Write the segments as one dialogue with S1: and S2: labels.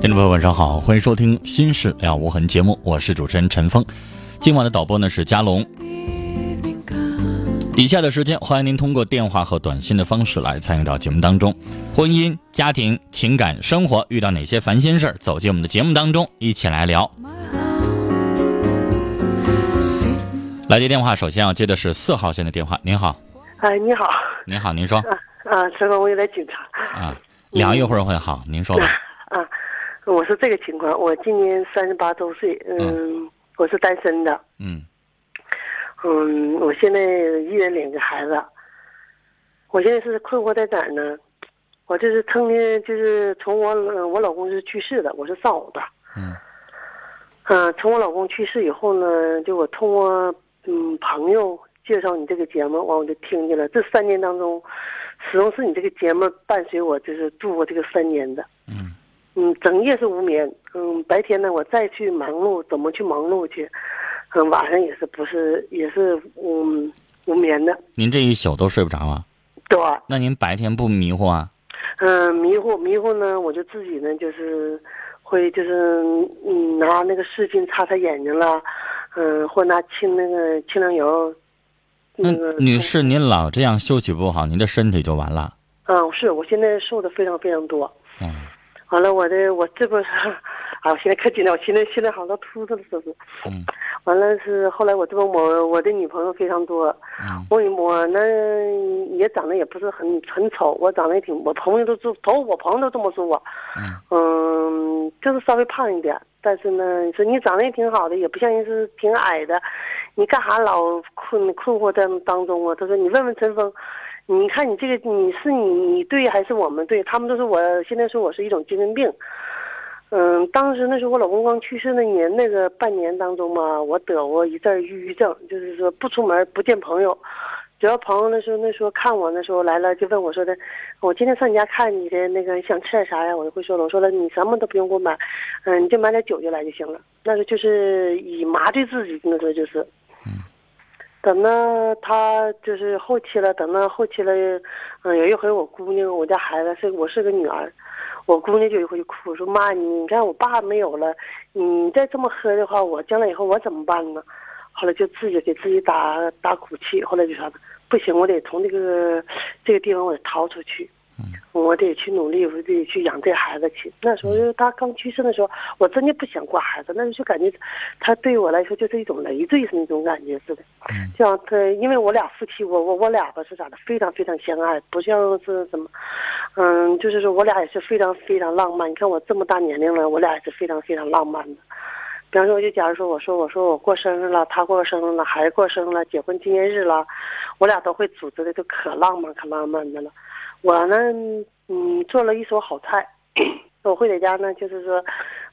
S1: 听众朋友，晚上好，欢迎收听《心事了无痕》节目，我是主持人陈峰。今晚的导播呢是佳龙。以下的时间，欢迎您通过电话和短信的方式来参与到节目当中。婚姻、家庭、情感、生活遇到哪些烦心事儿？走进我们的节目当中，一起来聊。来接电话，首先要接的是四号线的电话。您好，
S2: 哎，你好，
S1: 您好，您说
S2: 啊，陈哥，我有点紧张
S1: 啊，聊一会儿会好，您说吧。
S2: 啊。我是这个情况，我今年三十八周岁，嗯，我是单身的，
S1: 嗯
S2: 嗯，我现在一人领个孩子，我现在是困惑在哪儿呢？我就是曾经就是从我我老公是去世的，我是丧偶的，
S1: 嗯
S2: 嗯、从我老公去世以后呢，就我通过嗯朋友介绍你这个节目，完我就听见了。这三年当中，始终是你这个节目伴随我，就是度过这个三年的。
S1: 嗯
S2: 嗯，整夜是无眠。嗯，白天呢，我再去忙碌，怎么去忙碌去？嗯，晚上也是不是也是嗯无眠的，
S1: 您这一宿都睡不着啊？
S2: 对吧？
S1: 那您白天不迷糊啊？
S2: 嗯，迷糊迷糊呢，我就自己呢就是会就是嗯拿那个湿巾擦擦眼睛啦，嗯，或拿清那个清凉油。
S1: 那
S2: 那个
S1: 女士，您老这样休息不好，您的身体就完了。
S2: 嗯，是我现在瘦的非常非常多。
S1: 嗯，
S2: 完了，我这我这不是 啊，我现在可紧张，我现在现在好像秃子了，是不是？
S1: 嗯。
S2: 完了是后来我这不我我的女朋友非常多，
S1: 嗯
S2: 我我呢也长得也不是很很丑，我长得也挺，我朋友都都都我朋友都这么说我，
S1: 嗯
S2: 嗯，就是稍微胖一点，但是呢，你说你长得也挺好的，也不像人是挺矮的，你干啥老困困惑在当中啊？他说你问问陈峰，你看你这个你是你你对还是我们对？他们都说我现在说我是一种精神病。嗯，当时那时候我老公刚去世那年那个半年当中嘛，我得过一阵儿抑郁症，就是说不出门不见朋友，只要朋友那时候那时候看我那时候来了就问我说的，我今天上你家看你的那个想吃点啥呀？我就会说了，我说了你什么都不用给我买，嗯，你就买点酒就来就行了。那时候就是以麻醉自己，那时候就是。等到他就是后期了，等到后期了，嗯，有一回我姑娘，我家孩子是我是个女儿，我姑娘就有一回就哭说妈，你你看我爸没有了，你再这么喝的话，我将来以后我怎么办呢？后来就自己给自己打打鼓气，后来就啥不行，我得从这个这个地方我得逃出去，我得去努力，我得去养这孩子去。那时候他刚去世的时候，我真的不想管孩子，那时候就感觉他对我来说就是一种累赘是那种感觉似的。就像他，因为我俩夫妻，我我我俩吧是咋的，非常非常相爱，不像是什么，嗯，就是说我俩也是非常非常浪漫。你看我这么大年龄了，我俩也是非常非常浪漫的。比方说，就假如说我说我说我过生日了，他过生日了，孩子过生日了，结婚纪念日了，我俩都会组织的，就可浪漫可浪漫的了。我呢，嗯，做了一手好菜， 我会在家呢，就是说，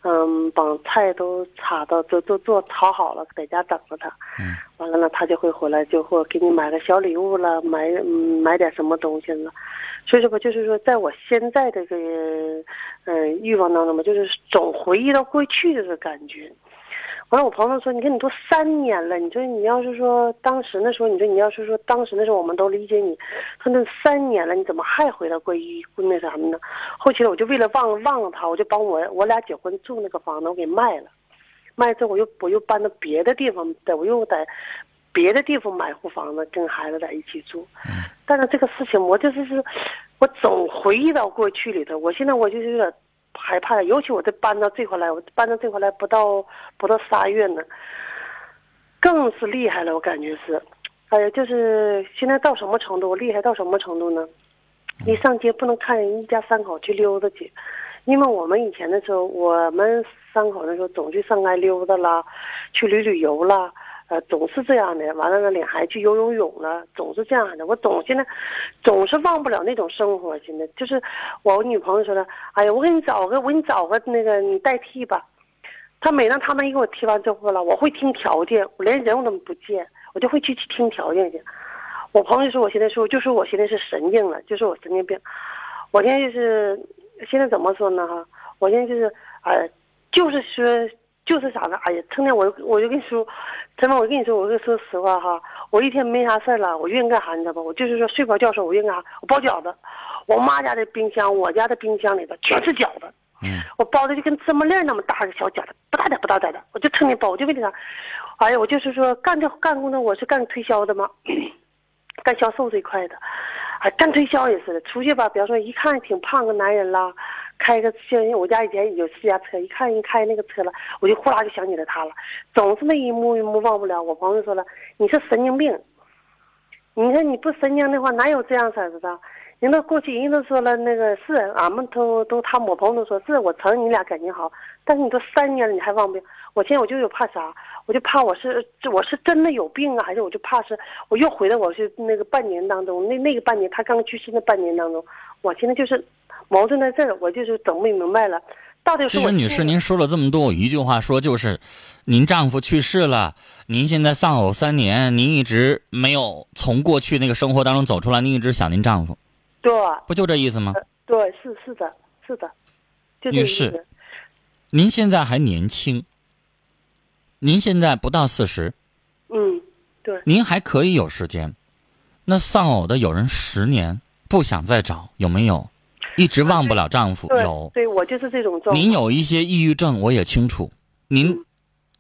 S2: 嗯，把菜都插到都都做炒好了，在家等着他。
S1: 嗯。
S2: 完了呢，他就会回来，就会给你买个小礼物了，买嗯买点什么东西了。所以说吧，就是说，在我现在这个呃欲望当中吧，就是总回忆到过去的这感觉。完了，我朋友说：“你看，你都三年了，你说你要是说当时那时候，你说你要是说当时那时候，我们都理解你。说那三年了，你怎么还回来过一那啥呢？后期我就为了忘忘了他，我就把我我俩结婚住那个房子我给卖了，卖之后我又我又搬到别的地方，在我又在别的地方买户房子，跟孩子在一起住。但是这个事情，我就是是，我总回忆到过去里头。我现在我就是有点害怕了，尤其我这搬到这块来，我搬到这块来不到不到仨月呢，更是厉害了。我感觉是，哎呀，就是现在到什么程度？我厉害到什么程度呢？你上街不能看人一家三口去溜达去，因为我们以前的时候，我们三口的时候总去上街溜达啦，去旅旅游啦，呃，总是这样的。完了呢，领孩子去游游泳了，总是这样的。我总现在总是忘不了那种生活。现在就是我女朋友说的，哎呀，我给你找个，我给你找个那个你代替吧。他每当他们一给我提完这话了，我会听条件，我连人我都不见，我就会去去听条件去。我朋友说我现在说，就说我现在是神经了，就说我神经病。我现在就是现在怎么说呢？哈，我现在就是哎、就是说就是啥呢？哎呀，成天我就我就跟你说，陈峰，我跟你说，我跟你说实话哈，我一天没啥事儿了，我愿意干啥你知道吧？我就是说睡不着觉的时候，我愿意干啥？我包饺子，我妈家的冰箱，我家的冰箱里头全是饺子。
S1: 嗯
S2: 我包的就跟芝麻粒儿那么大个小饺子，不大点儿不大点儿的，我就成天包，我就为那啥，哎呀，我就是说干这干工作，我是干推销的嘛，干销售这一块的，哎，干推销也是的，出去吧，比方说一看挺胖个男人啦，开个像我家以前有私家车，一看人开那个车了，我就呼啦就想起了他了，总是那一幕一幕忘不了。我朋友说了，你是神经病，你看你不神经的话，哪有这样式儿的？人都过去，人都说了，那个是俺们都都他我朋友都说是我承认你俩感情好，但是你都三年了，你还忘不了。我现在我就有怕啥，我就怕我是这我是真的有病啊，还是我就怕是我又回到我是那个半年当中，那那个半年他刚去世那半年当中，我现在就是矛盾在这儿，我就是整不明白了，到底是
S1: 其
S2: 我
S1: 实女
S2: 信
S1: 士，您说了这么多，我一句话说就是，您丈夫去世了，您现在丧偶三年，您一直没有从过去那个生活当中走出来，您一直想您丈夫，
S2: 对
S1: 不就这意思吗？
S2: 对是是的是的，就这
S1: 女
S2: 意思
S1: 士您现在还年轻，您现在不到四十，
S2: 嗯对
S1: 您还可以有时间。那丧偶的有人十年不想再找，有没有？一直忘不了丈夫，
S2: 对
S1: 有。
S2: 对我就是这种状
S1: 您
S2: 况，
S1: 有一些抑郁症，我也清楚。您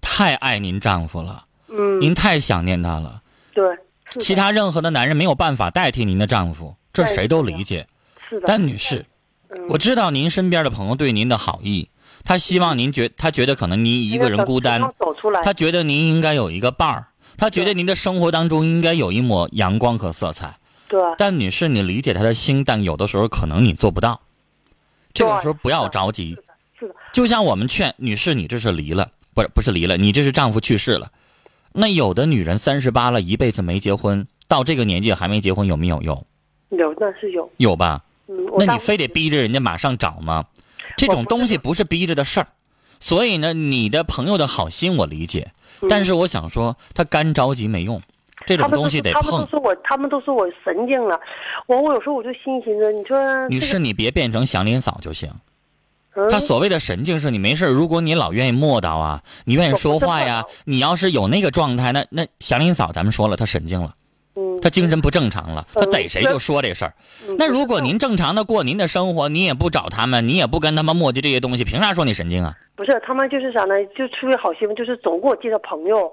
S1: 太爱您丈夫了，
S2: 嗯
S1: 您太想念他了。
S2: 对是的
S1: 其他任何的男人没有办法代替您的丈夫，这谁都理解。
S2: 是的
S1: 但女士，
S2: 嗯
S1: 我知道您身边的朋友对您的好意，他希望您觉，他觉得可能您一个人孤单，
S2: 要走出来，
S1: 他觉得您应该有一个伴儿，他觉得
S2: 对
S1: 您的生活当中应该有一抹阳光和色彩。
S2: 对啊
S1: 但女士，你理解他的心，但有的时候可能你做不到。这个时候不要着急，
S2: 是的，
S1: 就像我们劝女士，你这是离了，不是不是离了，你这是丈夫去世了。那有的女人三十八了，一辈子没结婚，到这个年纪还没结婚，有没有？有
S2: 有那是有，
S1: 有吧？
S2: 嗯，我
S1: 那
S2: 当
S1: 你
S2: 时
S1: 非得逼着人家马上找吗？这
S2: 我
S1: 种
S2: 不
S1: 东
S2: 是
S1: 西不是逼着的事儿。所以呢，你的朋友的好心我理解，但是我想说，他干着急没用，这
S2: 嗯他
S1: 种
S2: 们都
S1: 东
S2: 说
S1: 西得
S2: 他们都
S1: 碰。
S2: 说我，他们都说我神经了，我我有时候我就心寻思，你说
S1: 女士，
S2: 这
S1: 你别变成祥林嫂就行。
S2: 个
S1: 他
S2: 嗯
S1: 所谓的神经是你没事儿，如果你老愿意磨叨啊，你愿意
S2: 我不
S1: 说
S2: 是
S1: 话
S2: 磨
S1: 呀
S2: 叨，
S1: 你要是有那个状态，那那祥林嫂咱们说了，她神经了，
S2: 嗯
S1: 她精神不正常了，她
S2: 嗯
S1: 逮谁
S2: 那
S1: 就说这事儿。
S2: 嗯
S1: 那如果您正常的过您的生活，你也不找他们，你也不跟他们磨叽这些东西，凭啥说你神经啊？
S2: 不是他们就是啥呢？就出于好心，就是总给我介绍朋友，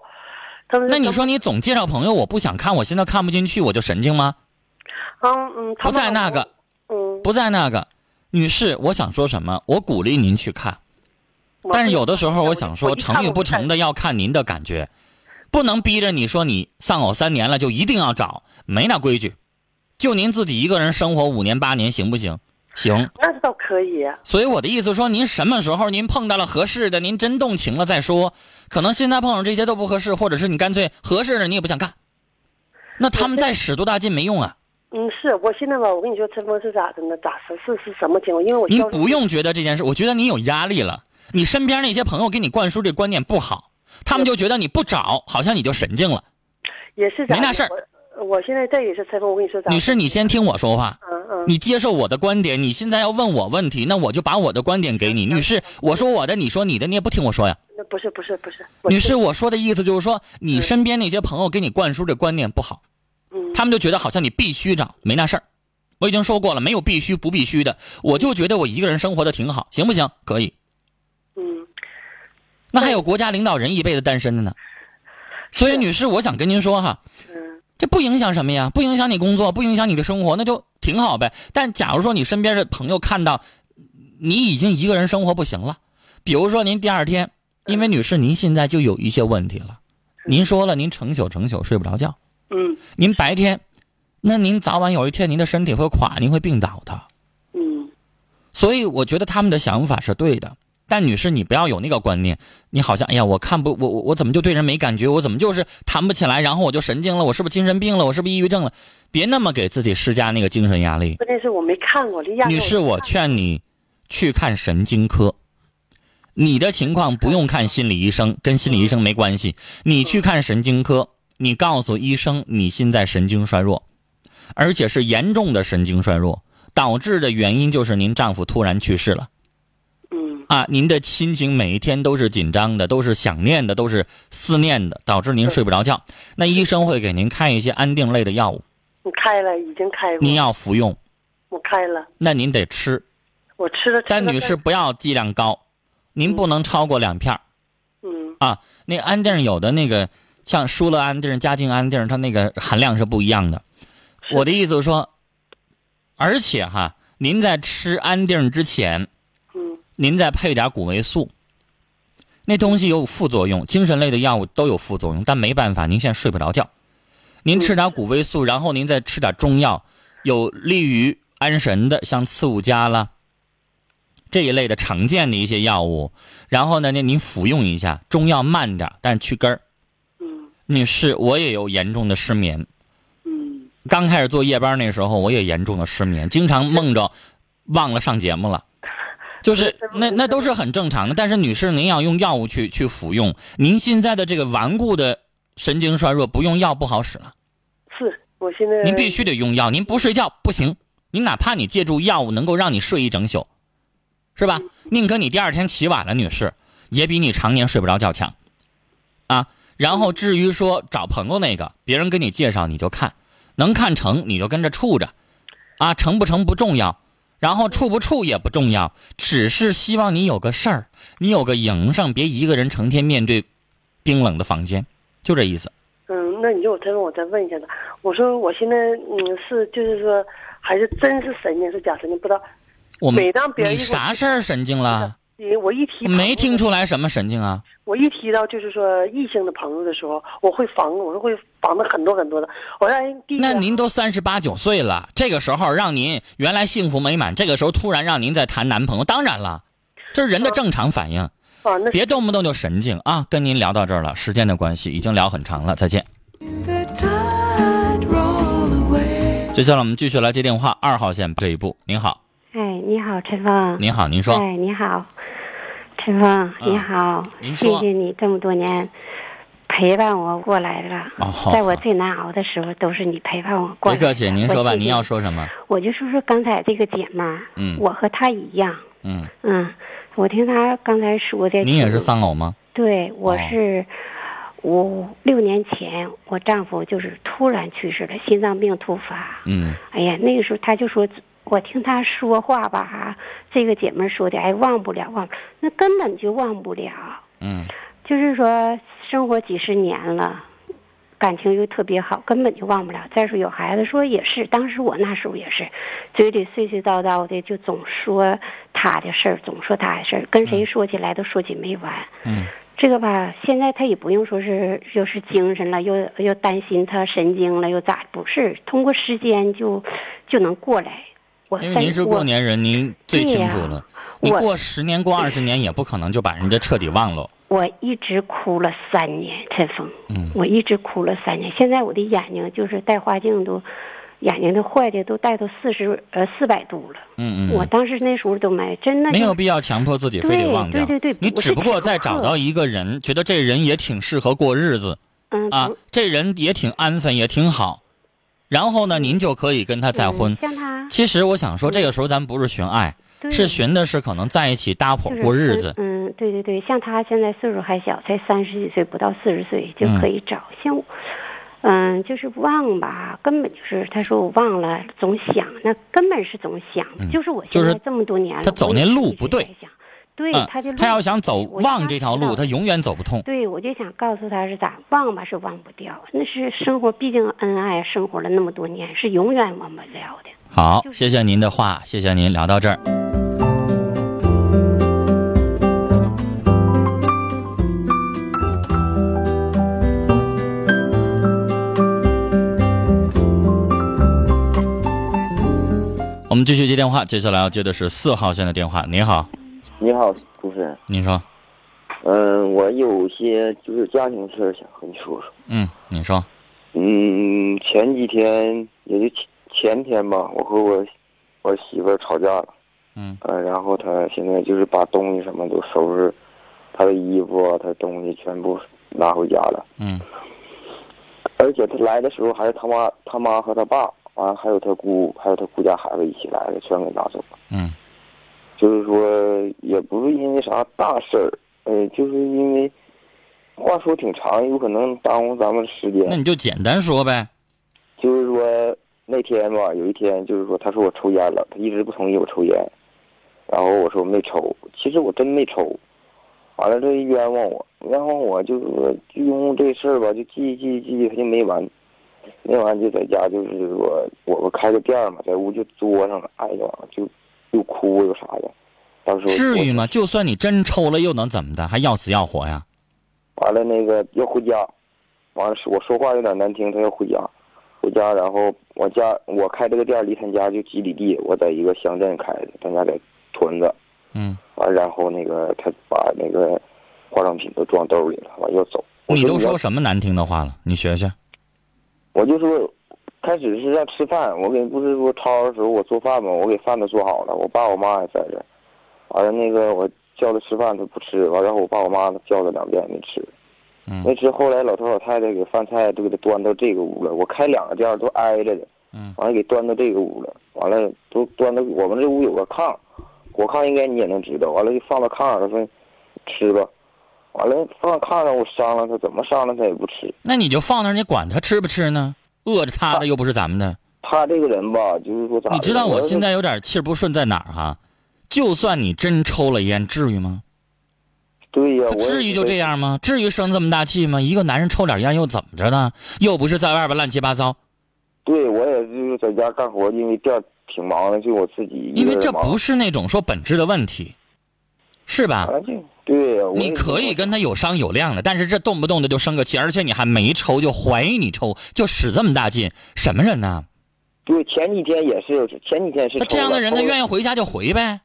S2: 他们
S1: 那你
S2: 他
S1: 说你总介绍朋友，我不想看，我现在看不进去，我就神经吗？
S2: 嗯嗯，他
S1: 不
S2: 们
S1: 在
S2: 老
S1: 那
S2: 说
S1: 个，
S2: 嗯，
S1: 不在那个，女士，我想说什么？我鼓励您去看，
S2: 我
S1: 但是
S2: 不
S1: 有的时候
S2: 我
S1: 我
S2: 就
S1: 想
S2: 我
S1: 说，
S2: 一看
S1: 成与
S2: 我
S1: 不
S2: 就看
S1: 成的要看您的感觉，不能逼着你说你丧偶三年了就一定要找，没那规矩。就您自己一个人生活五年八年行不行？行。
S2: 那倒可以，啊
S1: 所以我的意思说，您什么时候您碰到了合适的，您真动情了再说。可能现在碰上这些都不合适，或者是你干脆合适的你也不想干，那他们再使多大劲没用啊！
S2: 嗯，是我现在吧，我跟你说，陈峰是咋的呢？咋是是是什么情况？因为我
S1: 您
S2: 销售
S1: 不用觉得这件事，我觉得你有压力了。你身边那些朋友给你灌输这观念不好，他们就觉得你不找，好像你就神经了。
S2: 也是咋
S1: 没那
S2: 的
S1: 事儿
S2: 我我现在这也是陈峰，我跟你说咋？
S1: 女士，你先听我说话，
S2: 嗯嗯，
S1: 你接受我的观点。你现在要问我问题，那我就把我的观点给你。
S2: 嗯
S1: 女士，我说我的，你说你的，你也不听我说呀。
S2: 那不是不是不是，我
S1: 女
S2: 是
S1: 士，我说的意思就是说，你身边那些朋友给你灌输这观念不好，
S2: 嗯
S1: 他们就觉得好像你必须找，没那事儿。我已经说过了，没有必须不必须的，我就觉得我一个人生活的挺好，行不行？可以。
S2: 嗯，
S1: 那还有国家领导人一辈子单身的呢，所以，女士，我想跟您说哈，
S2: 嗯
S1: 这不影响什么呀？不影响你工作，不影响你的生活，那就挺好呗。但假如说你身边的朋友看到你已经一个人生活不行了，比如说您第二天，因为女士您现在就有一些问题了，您说了您成宿成宿睡不着觉，
S2: 嗯
S1: 您白天，那您早晚有一天您的身体会垮，您会病倒的。
S2: 嗯
S1: 所以我觉得他们的想法是对的。但女士，你不要有那个观念，你好像哎呀，我看不我我我怎么就对人没感觉？我怎么就是谈不起来？然后我就神经了，我是不是精神病了？我是不是抑郁症了？别那么给自己施加那个精神压力。
S2: 关键是我没看过，离亚洲
S1: 女士，我劝你去看神经科。你的情况不用看心理医生，跟心理医生没关系。你去看神经科，你告诉医生你现在神经衰弱，而且是严重的神经衰弱，导致的原因就是您丈夫突然去世了。
S2: 嗯
S1: 啊，您的心情每一天都是紧张的，都是想念的，都是思念的，导致您睡不着觉。那医生会给您开一些安定类的药物，
S2: 你开了已经开过，
S1: 您要服用，
S2: 我开了，
S1: 那您得吃。
S2: 我吃了。
S1: 但
S2: 吃了
S1: 女士，不要剂量高，您不能超过两片儿
S2: 嗯
S1: 啊。那安定有的那个像舒乐安定、嘉靖安定，它那个含量是不一样的。
S2: 是
S1: 我的意思是说，而且哈，您在吃安定之前，
S2: 嗯
S1: 您再配点谷维素，那东西有副作用，精神类的药物都有副作用，但没办法，您现在睡不着觉，
S2: 嗯
S1: 您吃点谷维素，然后您再吃点中药，有利于安神的，像刺五加啦这一类的常见的一些药物，然后呢，您您服用一下，中药慢点，但是去根儿。
S2: 嗯
S1: 女士，我也有严重的失眠，
S2: 嗯
S1: 刚开始做夜班那时候，我也严重的失眠，经常梦 着忘了上节目了，就是那那都是很正常的。但是女士，您要用药物去去服用，您现在的这个顽固的神经衰弱，不用药不好使了，
S2: 是，我现在
S1: 您必须得用药，您不睡觉不行，您哪怕你借助药物能够让你睡一整宿，是吧？
S2: 嗯
S1: 宁可你第二天起晚了，女士，也比你常年睡不着觉强，啊。然后至于说找朋友那个，别人给你介绍你就看，能看成你就跟着处着，啊，成不成不重要，然后处不处也不重要，只是希望你有个事儿，你有个营生，别一个人成天面对冰冷的房间，就这意思。
S2: 嗯，那你就我再问我再问一下他，我说我现在嗯是就是说还是真是神经是假神经不知道，
S1: 我们
S2: 每当别人
S1: 你
S2: 一说
S1: 啥事儿神经了？
S2: 因为我一提
S1: 没听
S2: 出。
S1: 出来什么神经 啊？
S2: 我一提到就是说异性的朋友的时候，我会防，我是会防的很多很多的。我让人第一个
S3: 啊
S1: 那您都三十八九岁了，这个时候让您原来幸福美满，这个时候突然让您再谈男朋友，当然了，这是人的正常反应，
S2: 啊，那
S1: 别动不动就神经啊！跟您聊到这儿了，时间的关系已经聊很长了，再见。
S4: The tide roll away.
S1: 接下来我们继续来接电话，二号线这一步。您好，
S3: 哎，你好，陈峰。
S1: 您好，您说，
S3: 哎，你好，陈峰，
S1: 嗯
S3: 你好。
S1: 您
S3: 谢
S1: 说
S3: 谢你这么多年陪伴我过来了。
S1: 哦好
S3: 在我最难熬的时候，都是你陪伴我过
S1: 别
S3: 来。
S1: 客气，您说吧，
S3: 我谢谢
S1: 您要。说什么？
S3: 我就说说刚才这个姐们儿，
S1: 嗯
S3: 我和她一样，
S1: 嗯，
S3: 嗯，我听她刚才说的。
S1: 您也是丧偶吗？
S3: 对，我
S1: 哦
S3: 是。我六年前，我丈夫就是突然去世了，心脏病突发。
S1: 嗯，
S3: 哎呀，那个时候他就说，我听他说话吧，这个姐们儿说的，哎，忘不了，忘不了，那根本就忘不了。
S1: 嗯，
S3: 就是说，生活几十年了，感情又特别好，根本就忘不了。再说有孩子，说也是，当时我那时候也是，嘴里碎碎叨叨的，就总说他的事儿，总说他的事儿，跟谁说起来都说起没完。
S1: 嗯，
S3: 这个吧，现在他也不用说是又是精神了，又又担心他神经了，又咋？不是，通过时间就就能过来。我
S1: 因为
S3: 但
S1: 您是
S3: 我
S1: 过年人，您最清楚
S3: 对
S1: 了
S3: 呀。
S1: 你
S3: 我
S1: 过十年、过二十年，也不可能就把人家彻底忘了。
S3: 我一直哭了三年，陈峰。
S1: 嗯
S3: 我一直哭了三年。现在我的眼睛就是戴花镜都，眼睛的坏的都戴到四十呃四百度了。
S1: 嗯嗯
S3: 我
S1: 嗯，
S3: 当时那时候都没真的
S1: 没
S3: 就
S1: 有必要强迫自己非得
S3: 对
S1: 忘掉。
S3: 对对对
S1: 你
S3: 不
S1: 只
S3: 是
S1: 不过
S3: 强
S1: 再找
S3: 迫
S1: 到一个人，觉得这人也挺适合过日子
S3: 嗯
S1: 啊
S3: 不，
S1: 这人也挺安分，也挺好。然后呢，您就可以跟他再
S3: 嗯
S1: 婚。
S3: 像他
S1: 其实我想说，这个时候咱不是寻爱，
S3: 对
S1: 是寻的是可能在一起搭伙
S3: 就是
S1: 过日
S3: 嗯
S1: 子。
S3: 嗯，对对对，像他现在岁数还小，才三十几岁，不到四十岁就可以找。像我，嗯，就是忘吧，根本就是他说我忘了，总想，那根本是总想，就是我
S1: 嗯就
S3: 现
S1: 是
S3: 在这么多年了，
S1: 他走
S3: 我也
S1: 那路
S3: 一直
S1: 不对
S3: 在想。对，
S1: 嗯
S3: 他就，
S1: 他要
S3: 愣
S1: 想走
S3: 我
S1: 忘
S3: 当
S1: 这
S3: 时
S1: 条
S3: 知道
S1: 路，他永远走不通。
S3: 对，我就想告诉他是咋忘吧，是忘不掉。那是生活，毕竟恩爱生活了那么多年，是永远忘不了的。
S1: 好，
S3: 就是
S1: 谢谢您的话，谢谢您，聊到这儿。我们继续接电话，接下来要接的是四号线的电话。您好，
S5: 你好，主持人。
S1: 您说，
S5: 嗯，我有些就是家庭事儿想和你说说。
S1: 嗯，您说，
S5: 嗯，前几天也就前前天吧，我和我我媳妇儿吵架了。
S1: 嗯
S5: 呃，然后她现在就是把东西什么都收拾，她的衣服啊，她东西全部拿回家了。
S1: 嗯
S5: 而且她来的时候还是她妈、她妈和她爸，完、还有她姑，还有她姑家孩子一起来的，全给拿走了。
S1: 嗯
S5: 就是说也不是因为啥大事儿，呃，就是因为话说挺长，有可能耽误咱们时
S1: 那
S5: 间。
S1: 你就简单说呗。
S5: 就是说那天吧，有一天就是说，他说我抽烟了，他一直不同意我抽烟，然后我说我没抽，其实我真没抽。完了，这冤枉我，冤枉我就是说，就因为这事儿吧，就记记记，他就没完，没完就在家，就是说我我开个店儿嘛，在屋就作上了，哎呀，就又哭又啥的。当时
S1: 至
S5: 我我
S1: 于吗？就算你真抽了，又能怎么的？还要死要活呀？
S5: 完了那个要回家，完了我说话有点难听，他要回家，回家然后我家我开这个店离他家就几里地，我在一个乡镇开的，他家在屯子，
S1: 嗯，
S5: 完了然后那个他把那个化妆品都装兜里了，完了要走，我
S1: 你都
S5: 你要
S1: 说什么难听的话了？你学学。
S5: 我就说，开始是让吃饭，我给不是说吵的时候我做饭嘛，我给饭都做好了，我爸我妈也在这儿，完了那个我叫他吃饭他不吃，完了然后我爸我妈叫了两遍没吃，
S1: 嗯
S5: 没吃，后来老头老太太给饭菜都给他端到这个屋了，我开两个店儿都挨着的，
S1: 嗯
S5: 完了给端到这个屋了，完了都端到我们这屋有个炕，我炕应该你也能知道，完了就放到炕上，他说吃吧，完了放炕上我商量他怎么商量他也不吃。
S1: 那你就放那儿，你管他吃不吃呢？饿着他的又不是咱们的。
S5: 他这个人吧，就是说咋的？
S1: 你知道
S5: 啊我
S1: 我
S5: 要是
S1: 现在有点气儿不顺在哪儿哈、就算你真抽了烟，至于吗？
S5: 对呀、
S1: 他
S5: 啊我也
S1: 至于就这
S5: 觉
S1: 样吗？至于生这么大气吗？一个男人抽点烟又怎么着呢？又不是在外边乱七八糟，
S5: 得？对，我也就是在家干活，因为店儿挺忙的，就我自己一
S1: 因
S5: 个
S1: 为
S5: 人
S1: 这
S5: 忙
S1: 不是那种说本质的问题，是吧？
S5: 啊，就对呀、我
S1: 你
S5: 也
S1: 可
S5: 觉
S1: 以
S5: 得
S1: 跟他有商有量的，但是这动不动的就生个气，而且你还没抽，就怀疑你抽，就使这么大劲，什么人呢？
S5: 对前几天也是，前几天是
S1: 他这样的人，他愿
S5: 意
S1: 意回家就回呗。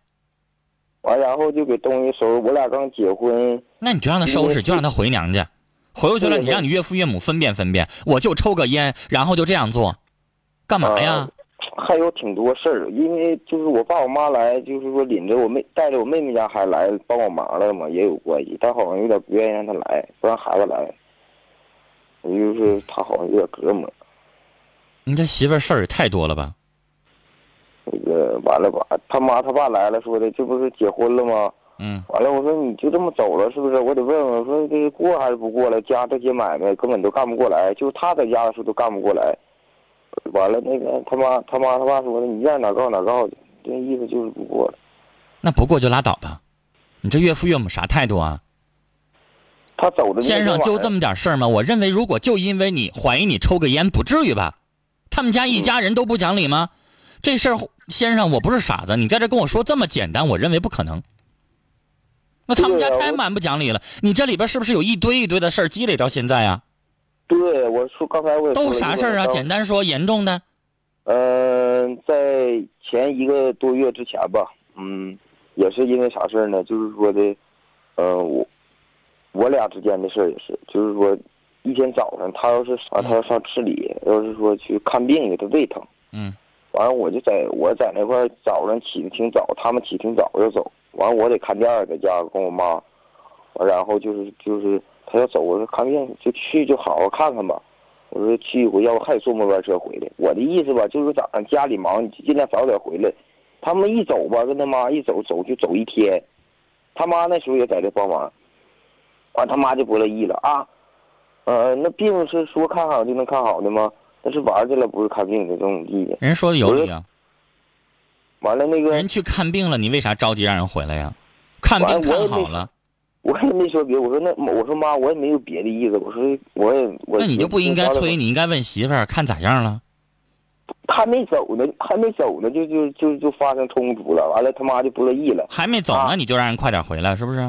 S5: 完，然后就给东西收拾。我俩刚结婚，
S1: 那你就让他收拾，就让他回娘家，回过去了，
S5: 对
S1: 你让你岳父岳母分辨分辨，我就抽个烟，然后就这样做，干嘛
S5: 啊
S1: 呀？
S5: 还有挺多事儿，因为就是我爸我妈来，就是说领着我妹带着我妹妹家孩子来帮我忙来了嘛，也有关系，但好像有点不愿意让他来，不让孩子来。我就是他好像有点隔膜，
S1: 你这媳妇儿事儿也太多了吧？
S5: 那个完了吧，他妈他爸来了，说的这不是结婚了吗？
S1: 嗯，
S5: 完了，我说你就这么走了是不是？我得问问，我说这过还是不过了？家这些买卖根本都干不过来，就是他在家的时候都干不过来。完了，那个他妈他妈他爸说的，你愿意哪告哪告去，这意思就是不过了。
S1: 那不过就拉倒吧。你这岳父岳母啥态度啊？
S5: 他走的那
S1: 先
S5: 天
S1: 生，
S5: 晚
S1: 就
S5: 上
S1: 这么点事儿吗？我认为，如果就因为你怀疑你抽个烟，不至于吧？他们家一家人都不讲理吗？这事儿，先生，我不是傻子，你在这跟我说这么简单，我认为不可能。那他们家
S5: 对啊
S1: 太
S5: 我
S1: 蛮不讲理了，你这里边是不是有一堆一堆的事儿积累到现在啊？
S5: 对我说刚才我也说
S1: 都
S5: 了
S1: 啥事儿啊？简。单说，严重的，
S5: 嗯、呃，在前一个多月之前吧，嗯，也是因为啥事儿呢？就是说的，呃，我我俩之间的事儿也是，就是说一天早上他要是啊，他要上市里，要是说去看病去，他胃疼，
S1: 嗯，
S5: 完了我就在我在那块儿早上起的挺早，他们起挺早要走，完了我得看店儿，在家跟我妈，完然后就是就是他要走，我说看病就去就好好看看吧。我说去一回，要不还得坐末班车回来。我的意思吧，就是早上家里忙，你尽量早点回来。他们一走吧，跟他妈一走走就走一天，他妈那时候也在这帮忙，完、他妈就不乐意了啊，呃，那病是说看好就能看好的吗？那是玩儿去了，不是看病的，怎么地的？
S1: 人说的有理啊。
S5: 完了那个
S1: 嗯人去看病了，你为啥着急让人回来呀、看病
S5: 完我
S1: 看
S5: 也
S1: 好
S5: 没
S1: 了，
S5: 我也没说别的，我说那我说妈，我也没有别的意思，我说我也我
S1: 那你就不应该催，
S5: 你，
S1: 你应该问媳妇儿看咋样了。
S5: 还没走呢，还没走呢，就就就就发生冲突了，完了他妈就不乐意了，
S1: 还没走呢，
S5: 啊
S1: 你就让人快点回来，是不是？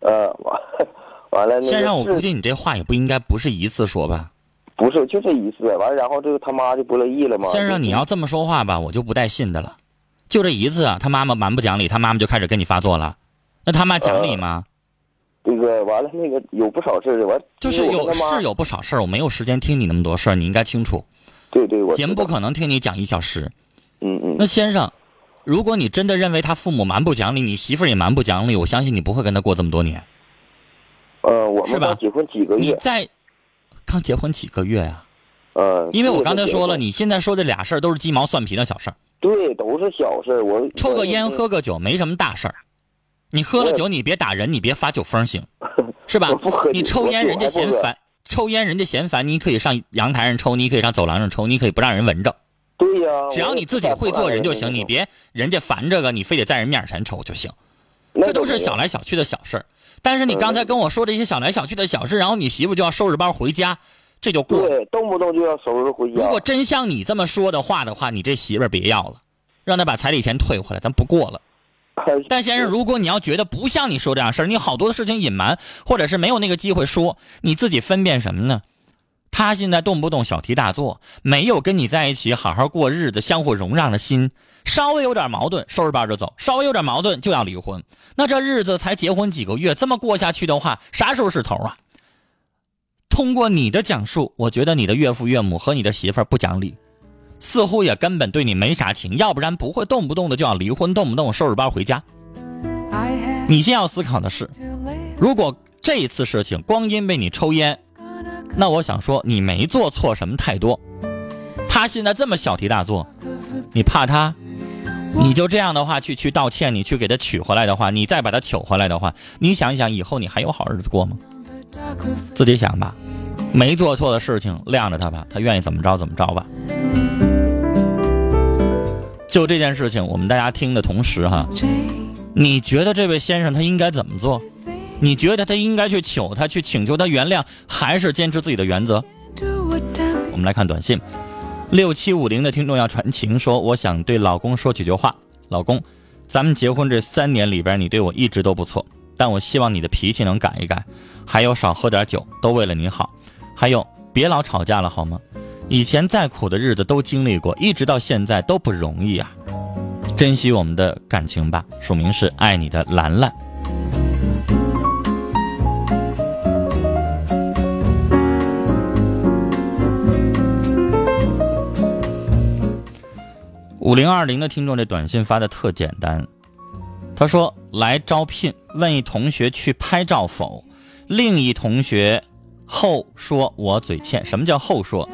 S5: 呃，完 完了那个
S1: 先生，我
S5: 是
S1: 估计你这话也不应该不是一次说吧？
S5: 不是就这一次，完了然后这个他妈就不乐意了嘛，
S1: 先
S5: 就
S1: 生，你要这么说话吧，我就不带信的了。就这一次啊，他妈妈蛮不讲理，他妈妈就开始跟你发作了。那他妈讲理吗？
S5: 呃那个完了那个有不少事儿的，完
S1: 就是有是
S5: 有
S1: 有不少事儿，我没有时间听你那么多事儿，你应该清楚。
S5: 对对，我
S1: 节目
S5: 知道
S1: 不可能听你讲一小时。
S5: 嗯嗯
S1: 那先生，如果你真的认为他父母蛮不讲理，你媳妇儿也蛮不讲理，我相信你不会跟他过这么多年。
S5: 呃，我
S1: 是
S5: 们
S1: 吧
S5: 刚结婚几个
S1: 你
S5: 月，
S1: 在刚结婚几个月呀、
S5: 嗯，
S1: 因为我刚才说了，
S5: 你
S1: 你现在说这俩事儿都是鸡毛蒜皮的小事儿，
S5: 对都是小事儿，我
S1: 抽个烟
S5: 我
S1: 喝个酒没什么大事儿。你喝了酒，你别打人，你别发酒疯 行，是吧
S5: 我不喝？酒
S1: 你抽烟人家嫌
S5: 我酒还
S1: 烦，抽烟人家嫌烦，你可以上阳台上抽，你可以上走廊上抽，你可以不让人闻着，
S5: 对呀，
S1: 只要
S5: 我
S1: 你
S5: 也
S1: 自
S5: 不
S1: 己
S5: 敢
S1: 会
S5: 碰
S1: 做人
S5: 那
S1: 就
S5: 个
S1: 行，
S5: 东
S1: 你
S5: 西
S1: 别人家烦这个，你非得在人面前抽就行。
S5: 那嗯
S1: 这都
S5: 倒没
S1: 是
S5: 有
S1: 小来小去的小事儿。但是你刚才跟我说这些小来小去的小事，然后你媳妇就要收拾包回家，这就过了。
S5: 对，动不动就要收拾回家。
S1: 如果真像你这么说的话的话，你这媳妇儿别要了，让她把彩礼钱退回来，咱不过了。但先生，如果你要觉得不像你说这样事儿，你好多事情隐瞒，或者是没有那个机会说，你自己分辨什么呢？他现在动不动小题大做，没有跟你在一起好好过日子、相互容让的心，稍微有点矛盾，收拾包就走；稍微有点矛盾就要离婚。那这日子才结婚几个月，这么过下去的话，啥时候是头啊？通过你的讲述，我觉得你的岳父岳母和你的媳妇儿不讲理，似乎也根本对你没啥情，要不然不会动不动的就要离婚，动不动收拾包回家。
S4: I had
S1: 你先要思考的是，
S4: to live.
S1: 如果这一次事情光因为你抽烟，
S4: Gonna
S1: 那我想说你没做错什么太多。他现在这么小题大做，你怕他？你就这样的话去去道歉，你去给他取回来的话，你再把他取回来的话，你想一想以后你还有好日子过吗？自己想吧，没做错的事情晾着他吧，他愿意怎么着怎么着吧。就这件事情，我们大家听的同时哈，
S4: change
S1: 你觉得这位先生他应该怎么做？你觉得他应该去求他去请求他原谅，还是坚持自己的原则？
S4: to what time
S1: 我们来看短信，六七五零的听众要传情说，我想对老公说几句话。老公，咱们结婚这三年里边，你对我一直都不错，但我希望你的脾气能改一改，还有少喝点酒，都为了你好。还有，别老吵架了好吗？以前再苦的日子都经历过，一直到现在都不容易啊。珍惜我们的感情吧。署名是爱你的兰兰。五零二零的听众这短信发的特简单，他说来招聘，问一同学去拍照否，另一同学后说我嘴欠，什么叫后说？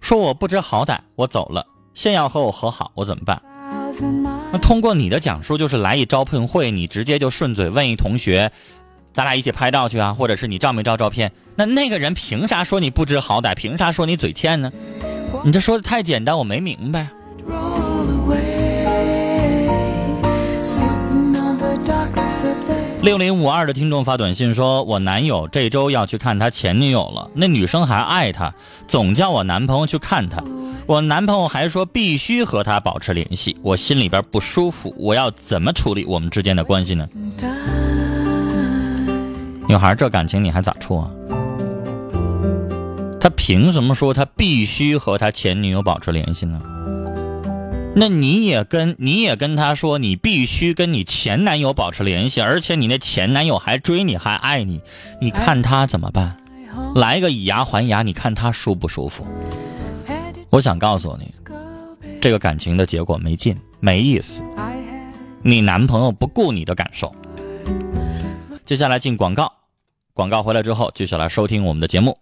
S1: 说我不知好歹，我走了，现要和我和好，我怎么办？
S4: thousand
S1: 那
S4: miles
S1: 通过你的讲述，就是来一招聘会，你直接就顺嘴问一同学，咱俩一起拍照去啊，或者是你照没照照片？那那个人凭啥说你不知好歹？凭啥说你嘴欠呢？你这说的太简单，我没明白。
S4: roll away? Sitting on the dock of the bay.
S1: 六零五二的听众发短信说：“我男友这周要去看他前女友了，那女生还爱他，总叫我男朋友去看他。我男朋友还说必须和他保持联系，我心里边不舒服，我要怎么处理我们之间的关系呢？”
S4: Time
S1: 女孩，这感情你还咋处啊？他凭什么说他必须和他前女友保持联系呢？那你也跟你也跟他说，你必须跟你前男友保持联系，而且你那前男友还追你，还爱你，你看他怎么办？来个以牙还牙，你看他舒不舒服？
S4: headed
S1: 我想告诉你，
S4: scope.
S1: 这个感情的结果没劲，没意思。
S4: I had
S1: 你男朋友不顾你的感受。接下来进广告，广告回来之后继续来收听我们的节目。